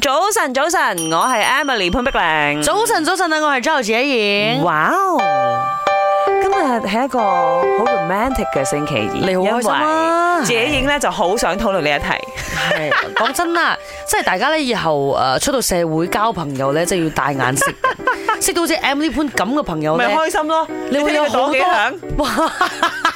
早晨，早晨，我係 Emily 潘碧玲。早晨，早晨啊！我係周子燕。哇哦！今日係一個好 romantic 嘅星期二，你好開心啊因為自己影咧就好想討論呢一題。係 講真啦，即係大家咧以後誒出到社會交朋友咧，即係要大眼 識，識到好似 Emily 潘咁嘅朋友咪咧，開心咯！你會有聽佢朵好多幾響， 哇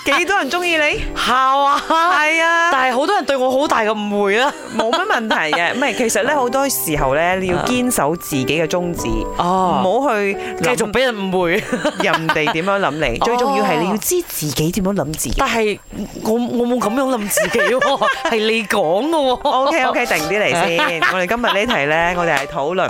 幾多人中意你？嚇啊！係啊，但係好多人對我好大嘅誤會啊啦。冇乜問題 嘅。唔係，其實咧啊好多時候咧，你要堅守自己嘅宗旨，唔哦，好去繼諗續哦俾人誤會。人哋點樣諗你。最重要係你要知自己點樣諗自己。 但係我我冇咁樣諗自己 喎，係你講嘅喎。 O K O K，定 啲嚟先。我哋今日呢題呢，我哋係討論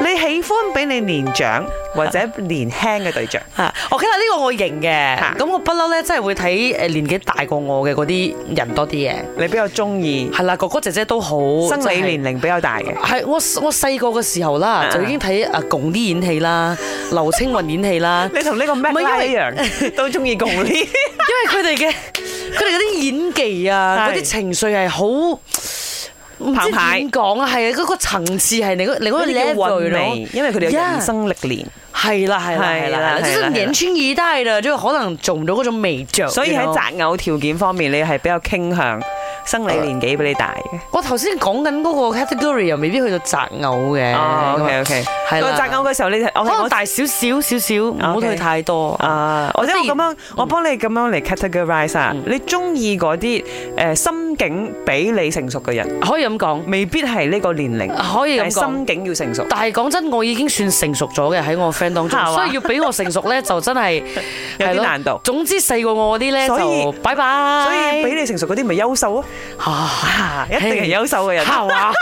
你喜歡比你年長或 者年輕嘅對象。啊，OK 啦，呢個我型嘅嚇，咁我不嬲咧，真係會睇誒年紀大過我嘅嗰啲人多啲嘅，你比較中意係啦，哥哥姐姐都好生真係理年齡啊比較大嘅。係我我細個嘅時候啦，就已經睇阿鞏俐演戲啦，劉青雲演戲 啦，你同呢個 Mac 唔係因為一 樣，都中意共呢。因為佢哋嘅佢哋嗰啲演技啊，係嗰啲情緒係好唔知澎湃點講啊，係啊，嗰個層次係你嗰你嗰 個呢啲叫 level 韻咯味，，因為佢哋有 Yeah 人生歷練，係啦係啦係係啦啦，即係啦係年輕一代啦，就可能做唔到嗰種微著。所以 you 喺 know 擇偶條件方面，你係比較傾向生理年紀比你大嘅。我頭先講緊嗰個 category 又未必去到擇偶嘅。哦，OK OK，係啦我擇偶嘅時候，你係我可係能我大少少少少，唔好對佢太多。啊，或者我即係咁樣，我幫你咁樣嚟 categorize 啊，你中意嗰啲誒心境比你成熟嘅人，可以咁講，未必係呢個年齡，可以但係咁講。心境要成熟。但係講真，我已經算成熟咗嘅喺我 friend 當中，係嘛所以要俾我成熟咧，就真係 有啲係咯難度總之細過我嗰啲咧所以就拜拜。所以 比你成熟嗰啲咪優秀咯，啊一定係優秀嘅 人。嚇話，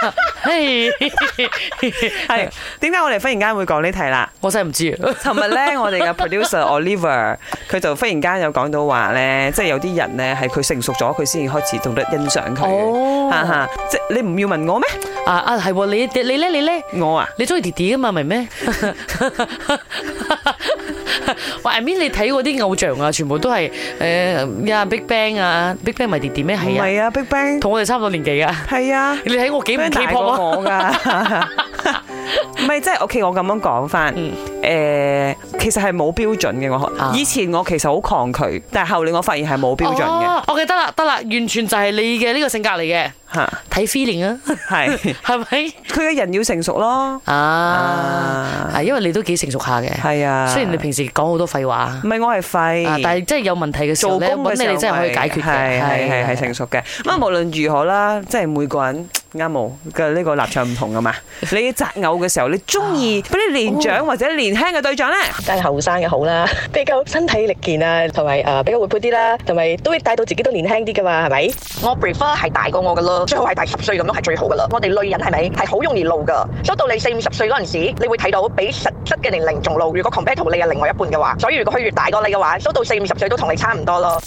嘿 係點解我哋忽然間會講呢題 啦？我真係唔知。啊尋日咧，我哋嘅 producer Oliver 佢就忽然間有講到話咧，即係有啲人咧係佢成熟咗，佢先至開始懂得欣賞佢哦嘅。哈哈即係你唔要問我咩？啊啊係喎，你你咧你咧，我啊，你中意弟弟噶嘛？明咩？ 喂，I mean 你睇嗰啲偶像啊，全部都係誒呀 Big Bang 啊，Big Bang 咪弟弟咩？唔係啊，係啊，Big Bang 同我哋差唔多年紀噶。係啊。你睇我幾唔 friend 大 K-pop 過啊？我噶。 唔係，即係 OK，我咁樣講翻，誒、其實係冇標準嘅。我、嗯啊以前我其實好抗拒，但係後嚟我發現係冇標準嘅，哦。OK，得啦，得啦，完全就係你嘅呢個性格嚟嘅，嚇、睇 feeling 啊， 係係咪？佢嘅人要成熟咯，啊，係因為你都幾成熟下嘅，係啊。雖然你平時講好多廢話，啊唔係我係廢。但係真係有問題嘅時做候工咧，揾嘅時你候你真係可以解決嘅，係係係係成熟嘅。咁啊，無論如何啦，即係每個人啱冇嘅呢個立場唔同噶嘛。你擇偶嘅時候，你中啊意俾你年哦長或者年輕嘅對象咧，梗係後生嘅好啦， 比較身體力健啊，同埋誒比較活潑啲啦，同埋都會帶到自己都年輕啲噶嘛，係咪？我 prefer 係大過我嘅咯，最好係大十歲咁樣係最好嘅啦。我哋女人係咪係好容易老噶？所以到你四五十歲嗰陣時，你會睇到比實質嘅年齡仲老。如果 compare 到你嘅另外一半嘅話，所以如果佢越大過你嘅話，所以到四五十歲都同你差唔多咯。